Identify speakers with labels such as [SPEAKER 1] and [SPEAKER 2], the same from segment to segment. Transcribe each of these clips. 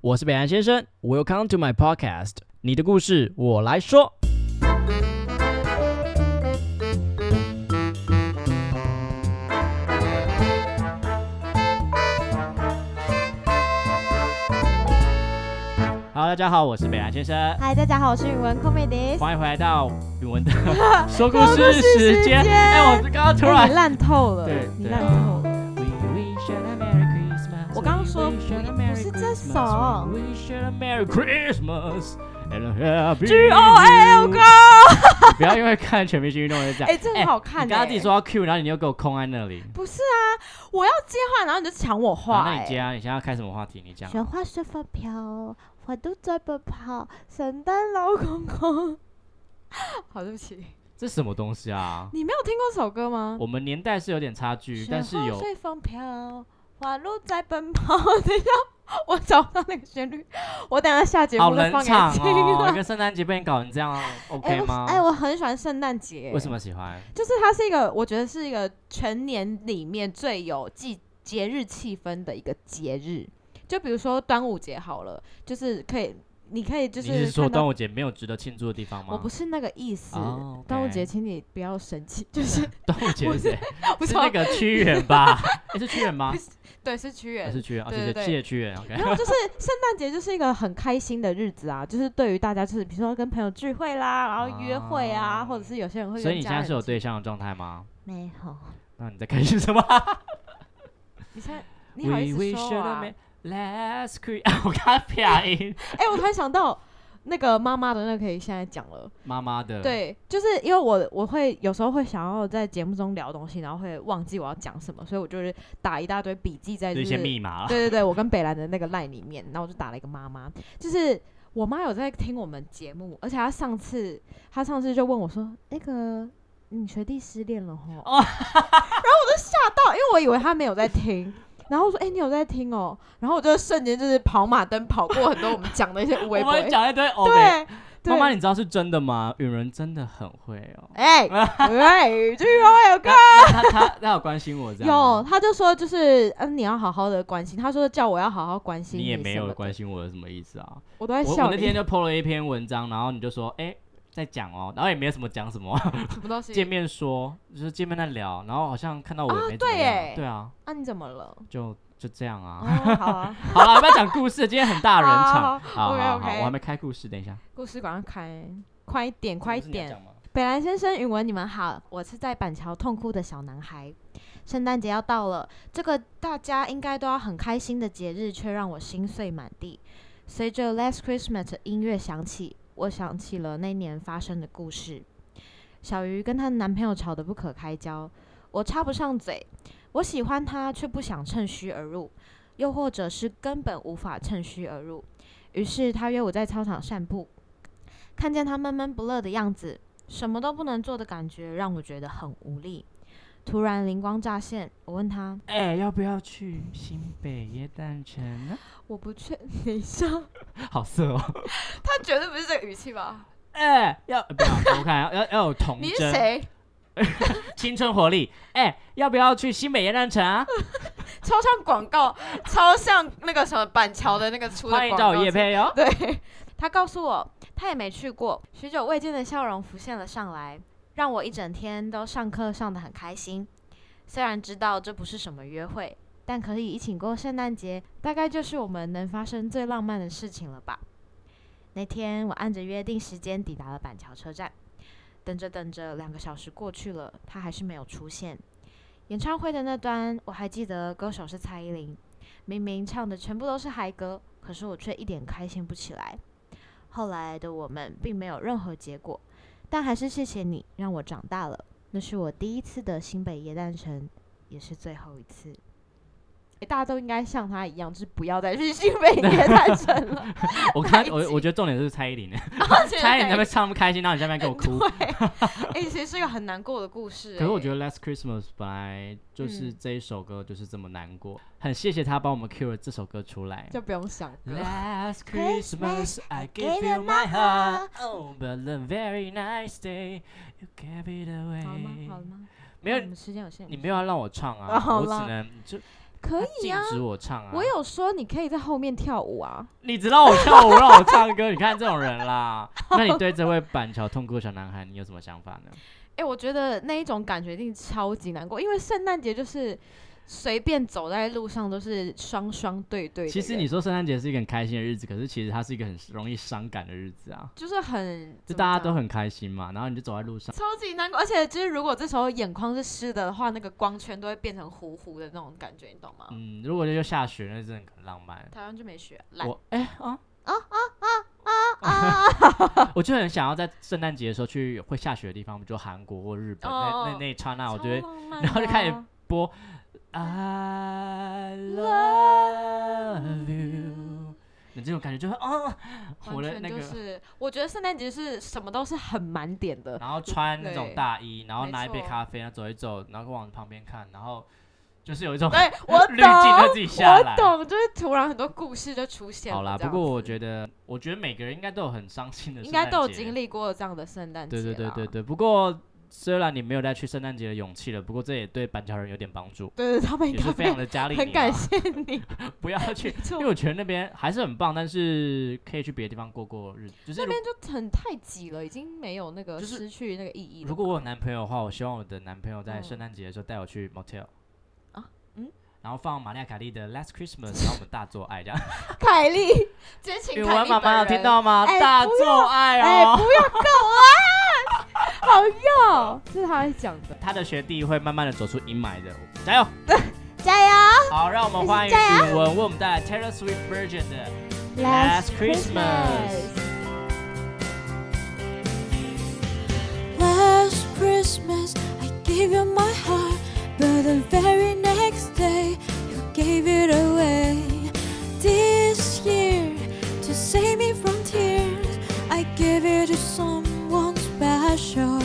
[SPEAKER 1] 我是北岸先生，Welcome to my podcast，你的故事我来说。好，大家好，我是北岸先生，
[SPEAKER 2] 嗨，大家好，我是宇文 comedy。
[SPEAKER 1] 欢迎回来到宇文 的说故
[SPEAKER 2] 说故
[SPEAKER 1] 事
[SPEAKER 2] 事
[SPEAKER 1] 时
[SPEAKER 2] 时
[SPEAKER 1] 间。
[SPEAKER 2] 间
[SPEAKER 1] 哎、我刚刚突
[SPEAKER 2] 哎
[SPEAKER 1] 然
[SPEAKER 2] 你烂透了，
[SPEAKER 1] 对
[SPEAKER 2] 你
[SPEAKER 1] 对
[SPEAKER 2] 烂透了。
[SPEAKER 1] We wish you a Merry Christmas.
[SPEAKER 2] 我刚刚说
[SPEAKER 1] We wish you a
[SPEAKER 2] 不
[SPEAKER 1] Merry
[SPEAKER 2] 不是这
[SPEAKER 1] Christmas.
[SPEAKER 2] 首
[SPEAKER 1] We wish you a Merry Christmas and a happy
[SPEAKER 2] G O L
[SPEAKER 1] New
[SPEAKER 2] G，
[SPEAKER 1] Year 不要因为看全明星运动会就这样。
[SPEAKER 2] 哎，这很好看。
[SPEAKER 1] 你刚刚自己说要 Q，然后你又给我空在那里。
[SPEAKER 2] 不是啊，我要接话，然后你就抢我
[SPEAKER 1] 好，
[SPEAKER 2] 话。
[SPEAKER 1] 那你接
[SPEAKER 2] 哎
[SPEAKER 1] 啊！你现在要开什么话题？你讲。
[SPEAKER 2] 雪花随风飘，我都追不跑，圣诞老公公。好，对不起，
[SPEAKER 1] 这什么东西啊？
[SPEAKER 2] 你没有听过这首歌吗？
[SPEAKER 1] 我们年代是有点差距，嗯但是
[SPEAKER 2] 雪花
[SPEAKER 1] 有
[SPEAKER 2] 随风飘，花鹿在奔跑。等一下，我找不到那个旋律，我等一下下节
[SPEAKER 1] 好
[SPEAKER 2] 目再
[SPEAKER 1] 冷
[SPEAKER 2] 放给
[SPEAKER 1] 场
[SPEAKER 2] 你听
[SPEAKER 1] 哦！一
[SPEAKER 2] 啊。
[SPEAKER 1] 个圣诞节被你搞成这样
[SPEAKER 2] 哎
[SPEAKER 1] ，OK
[SPEAKER 2] 我
[SPEAKER 1] 吗？
[SPEAKER 2] 哎，我很喜欢圣诞节。
[SPEAKER 1] 为什么喜欢？
[SPEAKER 2] 就是它是一个，我觉得是一个全年里面最有季节日气氛的一个节日。就比如说端午节好了，就是可以，你可以就
[SPEAKER 1] 你是说
[SPEAKER 2] 看到
[SPEAKER 1] 端午节没有值得庆祝的地方吗？
[SPEAKER 2] 我不是那个意思。
[SPEAKER 1] 哦，OK
[SPEAKER 2] 端午节，请你不要生气，就是
[SPEAKER 1] 端午节
[SPEAKER 2] 我
[SPEAKER 1] 是
[SPEAKER 2] 是
[SPEAKER 1] 谁？
[SPEAKER 2] 不
[SPEAKER 1] 是
[SPEAKER 2] 知
[SPEAKER 1] 那
[SPEAKER 2] 道
[SPEAKER 1] 个屈原 吧？哎，是屈原吗
[SPEAKER 2] 不？对是屈
[SPEAKER 1] 啊
[SPEAKER 2] 原
[SPEAKER 1] 是。屈原，啊，
[SPEAKER 2] 对
[SPEAKER 1] 谢谢
[SPEAKER 2] 对
[SPEAKER 1] 谢谢屈原。OK，
[SPEAKER 2] 然后就是圣诞节就是一个很开心的日子啊，就是对于大家就是比如说跟朋友聚会啦，然后约会啊，
[SPEAKER 1] 哦
[SPEAKER 2] 或者是有些人会
[SPEAKER 1] 所以
[SPEAKER 2] 跟
[SPEAKER 1] 你现
[SPEAKER 2] 家
[SPEAKER 1] 在
[SPEAKER 2] 人
[SPEAKER 1] 是有
[SPEAKER 2] 聚
[SPEAKER 1] 对象的状态吗？
[SPEAKER 2] 没有？
[SPEAKER 1] 那你在开心什么？
[SPEAKER 2] 你现在 你好意
[SPEAKER 1] We wish
[SPEAKER 2] 思
[SPEAKER 1] you
[SPEAKER 2] 说
[SPEAKER 1] the
[SPEAKER 2] 啊
[SPEAKER 1] mer-？Last Christmas，我 刚撇音。
[SPEAKER 2] 哎、我突然想到那个妈妈的那个可以现在讲了。
[SPEAKER 1] 妈妈的，，
[SPEAKER 2] 对，就是因为我我会有时候会想要在节目中聊东西，然后会忘记我要讲什么，所以我就是打一大堆笔记在、
[SPEAKER 1] 就
[SPEAKER 2] 就
[SPEAKER 1] 一
[SPEAKER 2] 是
[SPEAKER 1] 些密码啦。
[SPEAKER 2] 对对对，我跟北兰的那个 line 里面，然后我就打了一个妈妈，就是我妈有在听我们节目，而且她上次她上次就问我说，那个你学弟失恋了吼，
[SPEAKER 1] 哦
[SPEAKER 2] 然后我就吓到，因为我以为她没有在听。然后我说：“哎、你有在听哦？” 然后我就瞬间就是跑马灯跑过很多我们讲的一些
[SPEAKER 1] 我
[SPEAKER 2] 微博，
[SPEAKER 1] 们讲一堆欧美。
[SPEAKER 2] 对，对
[SPEAKER 1] 妈妈，你知道是真的吗？允人真的很会哦。
[SPEAKER 2] 哎，对，就是我有个
[SPEAKER 1] 他他他有关心我 这样
[SPEAKER 2] 有，
[SPEAKER 1] 吗？
[SPEAKER 2] 他就说就是嗯，你要好好的关心。他说叫我要好好关心
[SPEAKER 1] 你也没
[SPEAKER 2] 什么
[SPEAKER 1] 有
[SPEAKER 2] 的
[SPEAKER 1] 关，心我，什么意思啊？
[SPEAKER 2] 我都在
[SPEAKER 1] 我我
[SPEAKER 2] 笑
[SPEAKER 1] 那
[SPEAKER 2] 你。
[SPEAKER 1] 天就 PO 了一篇文章，然后你就说，哎，在讲哦，然后也没有什么讲什么，
[SPEAKER 2] 什么东西
[SPEAKER 1] 见面说，就是见面在聊，然后好像看到我也没怎
[SPEAKER 2] 对
[SPEAKER 1] 么样
[SPEAKER 2] 耶
[SPEAKER 1] 对啊，
[SPEAKER 2] 啊？你怎么了？
[SPEAKER 1] 就就这样啊。
[SPEAKER 2] 哦，好啊，
[SPEAKER 1] 好了，不要讲故事，今天很大人场。好
[SPEAKER 2] 好
[SPEAKER 1] 好
[SPEAKER 2] OK，OK
[SPEAKER 1] 好我还没开故事，等一下。
[SPEAKER 2] 故事赶快开，快一点，快一
[SPEAKER 1] 是你要
[SPEAKER 2] 点。
[SPEAKER 1] 讲吗
[SPEAKER 2] 北兰先生、允文，你们好，我是在板桥痛哭的小男孩。圣诞节要到了，这个大家应该都要很开心的节日，却让我心碎满地。随着《Last Christmas》的音乐响起，我想起了那年发生的故事。小鱼跟她男朋友吵得不可开交，我插不上嘴。我喜欢她，却不想趁虚而入，又或者是根本无法趁虚而入。于是她约我在操场散步，看见她闷闷不乐的样子，什么都不能做的感觉让我觉得很无力。突然灵光乍现，我问他
[SPEAKER 1] 哎、要不要去新北耶诞城 呢？：“
[SPEAKER 2] 我不确定下，
[SPEAKER 1] 好色哦！
[SPEAKER 2] 他绝对不是这个语气吧？
[SPEAKER 1] 哎、要不要？我看要要有童
[SPEAKER 2] 你是
[SPEAKER 1] 真、
[SPEAKER 2] 谁？
[SPEAKER 1] 青春活力。哎、要不要去新北耶诞城 啊？
[SPEAKER 2] 超像广告，超像那个什么板桥的那个出的
[SPEAKER 1] 欢迎
[SPEAKER 2] 广
[SPEAKER 1] 找
[SPEAKER 2] 告
[SPEAKER 1] 我叶
[SPEAKER 2] 词。
[SPEAKER 1] 佩哦。
[SPEAKER 2] 对， 他告诉我他也没去过，许久未见的笑容浮现了上来，让我一整天都上课上得很开心。虽然知道这不是什么约会，但可以一起过圣诞节，大概就是我们能发生最浪漫的事情了吧。那天我按着约定时间抵达了板桥车站，等着等着，两个小时过去了，他还是没有出现。演唱会的那端，我还记得歌手是蔡依林，明明唱的全部都是嗨歌，可是我却一点开心不起来。后来的我们并没有任何结果，但还是谢谢你让我长大了。那是我第一次的新北耶诞城，也是最后一 次。大家都应该像他一样，就是不要再去新北耶诞城 了。
[SPEAKER 1] 我 看我我觉得重点是蔡依林，蔡依林在那边唱那么开心，然后你在那边给我哭。
[SPEAKER 2] 哎、其实是一个很难过的故事、
[SPEAKER 1] 可是我觉
[SPEAKER 2] 得，
[SPEAKER 1] 得《Last Christmas》本来就是
[SPEAKER 2] 嗯
[SPEAKER 1] 这一首歌就是这么难过，很谢谢他帮我们 cue 了这首歌出来。
[SPEAKER 2] 就不用想了。
[SPEAKER 1] 哎 Last Christmas
[SPEAKER 2] Christmas,
[SPEAKER 1] I
[SPEAKER 2] I
[SPEAKER 1] gave
[SPEAKER 2] gave you
[SPEAKER 1] you my
[SPEAKER 2] my
[SPEAKER 1] heart, oh, but the very next day you gave it
[SPEAKER 2] 好了吗？好了
[SPEAKER 1] away。
[SPEAKER 2] 吗？
[SPEAKER 1] 没有
[SPEAKER 2] 我，们时间有限。
[SPEAKER 1] 你没有要让我唱啊，
[SPEAKER 2] 好
[SPEAKER 1] 我只
[SPEAKER 2] 啦
[SPEAKER 1] 能就
[SPEAKER 2] 可以
[SPEAKER 1] 禁
[SPEAKER 2] 啊，
[SPEAKER 1] 止我唱啊！
[SPEAKER 2] 我有说你可以在后面跳舞啊。
[SPEAKER 1] 你只让我跳舞，让我唱歌，你看这种人 啦。那你对这位板桥痛哭的小男孩，你有什么想法呢？
[SPEAKER 2] 哎、我觉得那一种感觉一定超级难过，因为圣诞节就是随便走在路上都是双双对对的人，
[SPEAKER 1] 其实你说圣诞节是一个很开心的日子，可是其实它是一个很容易伤感的日子啊。
[SPEAKER 2] 就是很，
[SPEAKER 1] 就
[SPEAKER 2] 怎么
[SPEAKER 1] 大家都
[SPEAKER 2] 讲
[SPEAKER 1] 很开心嘛，然后你就走在路上，
[SPEAKER 2] 超级难过，而且就是如果这时候眼眶是湿的的话，那个光圈都会变成糊糊的那种感觉，你懂吗？
[SPEAKER 1] 嗯，如果就下雪，那真的很浪 漫。
[SPEAKER 2] 台湾就没学，来，
[SPEAKER 1] 我哎、啊啊啊啊啊！我就很想要在圣诞节的时候去会下雪的地方，比如说韩国或日本，
[SPEAKER 2] 哦
[SPEAKER 1] 那那那一刹那，我
[SPEAKER 2] 超
[SPEAKER 1] 就会
[SPEAKER 2] 浪漫
[SPEAKER 1] 然后就
[SPEAKER 2] 的
[SPEAKER 1] 开始
[SPEAKER 2] 啊
[SPEAKER 1] 播 I love you，那这种感觉就会哦，我
[SPEAKER 2] 完
[SPEAKER 1] 的
[SPEAKER 2] 全
[SPEAKER 1] 那
[SPEAKER 2] 就
[SPEAKER 1] 个，
[SPEAKER 2] 是，我觉得圣诞节是什么都是很满点的，
[SPEAKER 1] 然后穿那种
[SPEAKER 2] 对
[SPEAKER 1] 大衣，然后
[SPEAKER 2] 没
[SPEAKER 1] 拿一杯
[SPEAKER 2] 错
[SPEAKER 1] 咖啡，然后走一走，然后往旁边看，然后就是有一种
[SPEAKER 2] 对我
[SPEAKER 1] 滤镜
[SPEAKER 2] 懂
[SPEAKER 1] 就。自己下来
[SPEAKER 2] 我。懂，就是突然很多故事就出现了
[SPEAKER 1] 好
[SPEAKER 2] 这
[SPEAKER 1] 啦，
[SPEAKER 2] 样子。
[SPEAKER 1] 不过我觉得，我觉得每个人应该都有很伤心的，
[SPEAKER 2] 应该都有经。历过这样的圣诞节
[SPEAKER 1] 对
[SPEAKER 2] 啦。
[SPEAKER 1] 对对对对，不过。虽然你没有再去圣诞节的勇气了，不过这也对板桥人有点帮助，
[SPEAKER 2] 对对，哎他们应
[SPEAKER 1] 也是
[SPEAKER 2] 该
[SPEAKER 1] 非常
[SPEAKER 2] 会
[SPEAKER 1] 的加力你
[SPEAKER 2] 很感
[SPEAKER 1] 啦
[SPEAKER 2] 谢你。
[SPEAKER 1] 不要 去
[SPEAKER 2] 没错
[SPEAKER 1] 因为我觉得那边还是很棒，但是可以去别的地方过过日子。就是
[SPEAKER 2] 那
[SPEAKER 1] 如
[SPEAKER 2] 边就很太挤了，已经没有那个
[SPEAKER 1] 就是
[SPEAKER 2] 失去那个意义了。
[SPEAKER 1] 如果我有男朋友的话，我希望我的男朋友在
[SPEAKER 2] 嗯
[SPEAKER 1] 圣诞节的时候带我去 motel
[SPEAKER 2] 啊，嗯，
[SPEAKER 1] 然后放玛利亚凯莉的 Last Christmas，然后我们大做爱这 样。
[SPEAKER 2] 凯莉，直接请
[SPEAKER 1] 语
[SPEAKER 2] 凯
[SPEAKER 1] 文
[SPEAKER 2] 莉
[SPEAKER 1] 妈
[SPEAKER 2] 本
[SPEAKER 1] 妈有
[SPEAKER 2] 人
[SPEAKER 1] 听，到吗？
[SPEAKER 2] 哎
[SPEAKER 1] 大
[SPEAKER 2] 不
[SPEAKER 1] 做爱
[SPEAKER 2] 哎，
[SPEAKER 1] 哦
[SPEAKER 2] 不。要搞啊！ 好用，这是他在讲的，
[SPEAKER 1] 他的学弟会慢慢的走出阴霾的，加油！
[SPEAKER 2] 加油
[SPEAKER 1] 好，让我 们欢迎
[SPEAKER 2] 加
[SPEAKER 1] 允文为我们带来 Taylor Swift version 的 Last Christmas。
[SPEAKER 3] Last Christmas, I gave you my heart, but the very next day, you gave it away. This year, to save me from tears, I give it to someone special.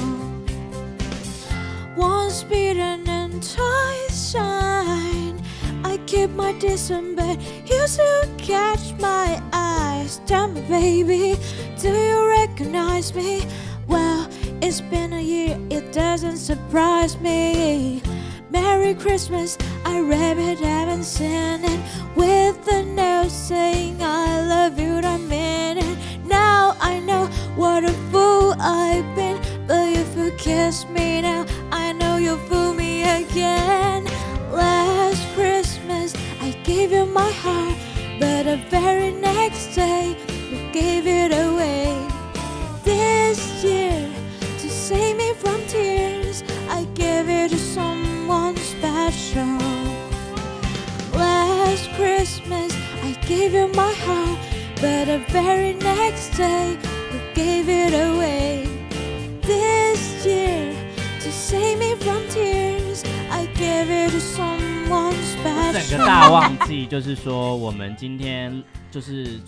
[SPEAKER 3] Once beaten and twice shine, I keep my distance, but you still catch my eyes. Tell me, baby, do you recognize me? Well, it's been a year, it doesn't surprise me. Merry Christmas, I read it, haven't seen it. With the note saying I love you, I meant it. Now I know what a fool I've been. But if you kiss me now, I know you'll fool me again. Last Christmas, I gave you my heart. But the very next day, you gave it away this year to save me from tears. I gave it to someone special. Last Christmas, I gave you my heart, but the very next day, you gave it away. This year to save me from tears. I gave it to someone
[SPEAKER 1] 整
[SPEAKER 3] special.
[SPEAKER 1] 个大旺季，就是说我们今天就是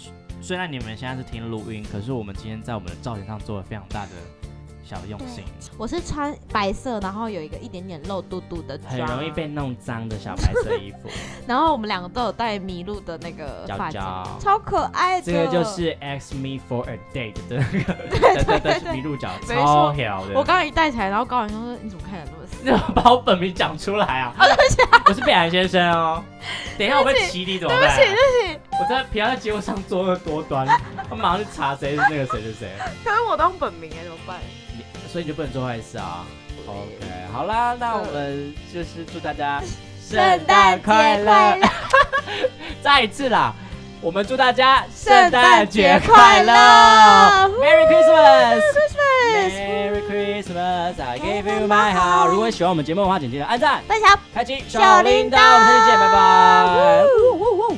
[SPEAKER 1] 虽然你们现在是听录音，可是我们今天在我们的造型上做了非常大的小用心，
[SPEAKER 2] 我是穿白色，然后有一个一点点露肚肚的
[SPEAKER 1] 很
[SPEAKER 2] 妆，
[SPEAKER 1] 容易被弄脏的小白色衣 服，
[SPEAKER 2] 然后我们两个都有戴麋鹿的那个
[SPEAKER 1] 娇
[SPEAKER 2] 发夹，
[SPEAKER 1] 娇。
[SPEAKER 2] 超可爱的。
[SPEAKER 1] 这个就是 Ask Me for a Date 的那个， 对对对，麋鹿角
[SPEAKER 2] 错
[SPEAKER 1] 超屌的。
[SPEAKER 2] 我刚刚一戴起来，然后高远兄说：“你怎么看起来那么死
[SPEAKER 1] 那把我本名讲出来 啊！我是北韩先生哦。等一下我被骑你怎么办？对不起，对不起，我在平常在节目上作恶多端，我马上去查谁是那个谁是谁。？”
[SPEAKER 2] 可是我当本名哎，怎么办？
[SPEAKER 1] 所以你就不能做坏事啊。OK，好啦，那我们就是祝大 家圣
[SPEAKER 3] 诞节快乐！
[SPEAKER 1] 再一次啦，我们祝大家
[SPEAKER 3] 圣诞节快乐
[SPEAKER 1] ！Merry Christmas！Merry Christmas！I gave you my heart。如果喜欢我们节目的话，请记得按赞、
[SPEAKER 3] 大家
[SPEAKER 1] 开启小铃铛。我们下期见，拜拜。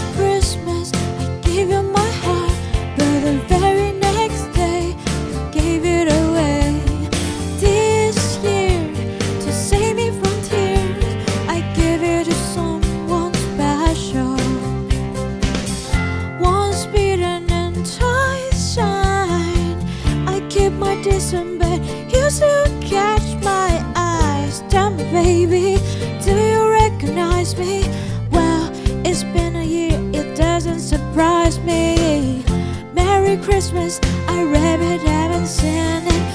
[SPEAKER 3] Christmas, I gave you my heart, but the very next day, you gave it away. This year, to save me from tears, I gave it to someone special. decent bed. You still catch my eyes. Tell me, baby, do you recognize me? Well, it's been a year, it doesn't surprise me. Merry Christmas, I rabbit haven't seen it.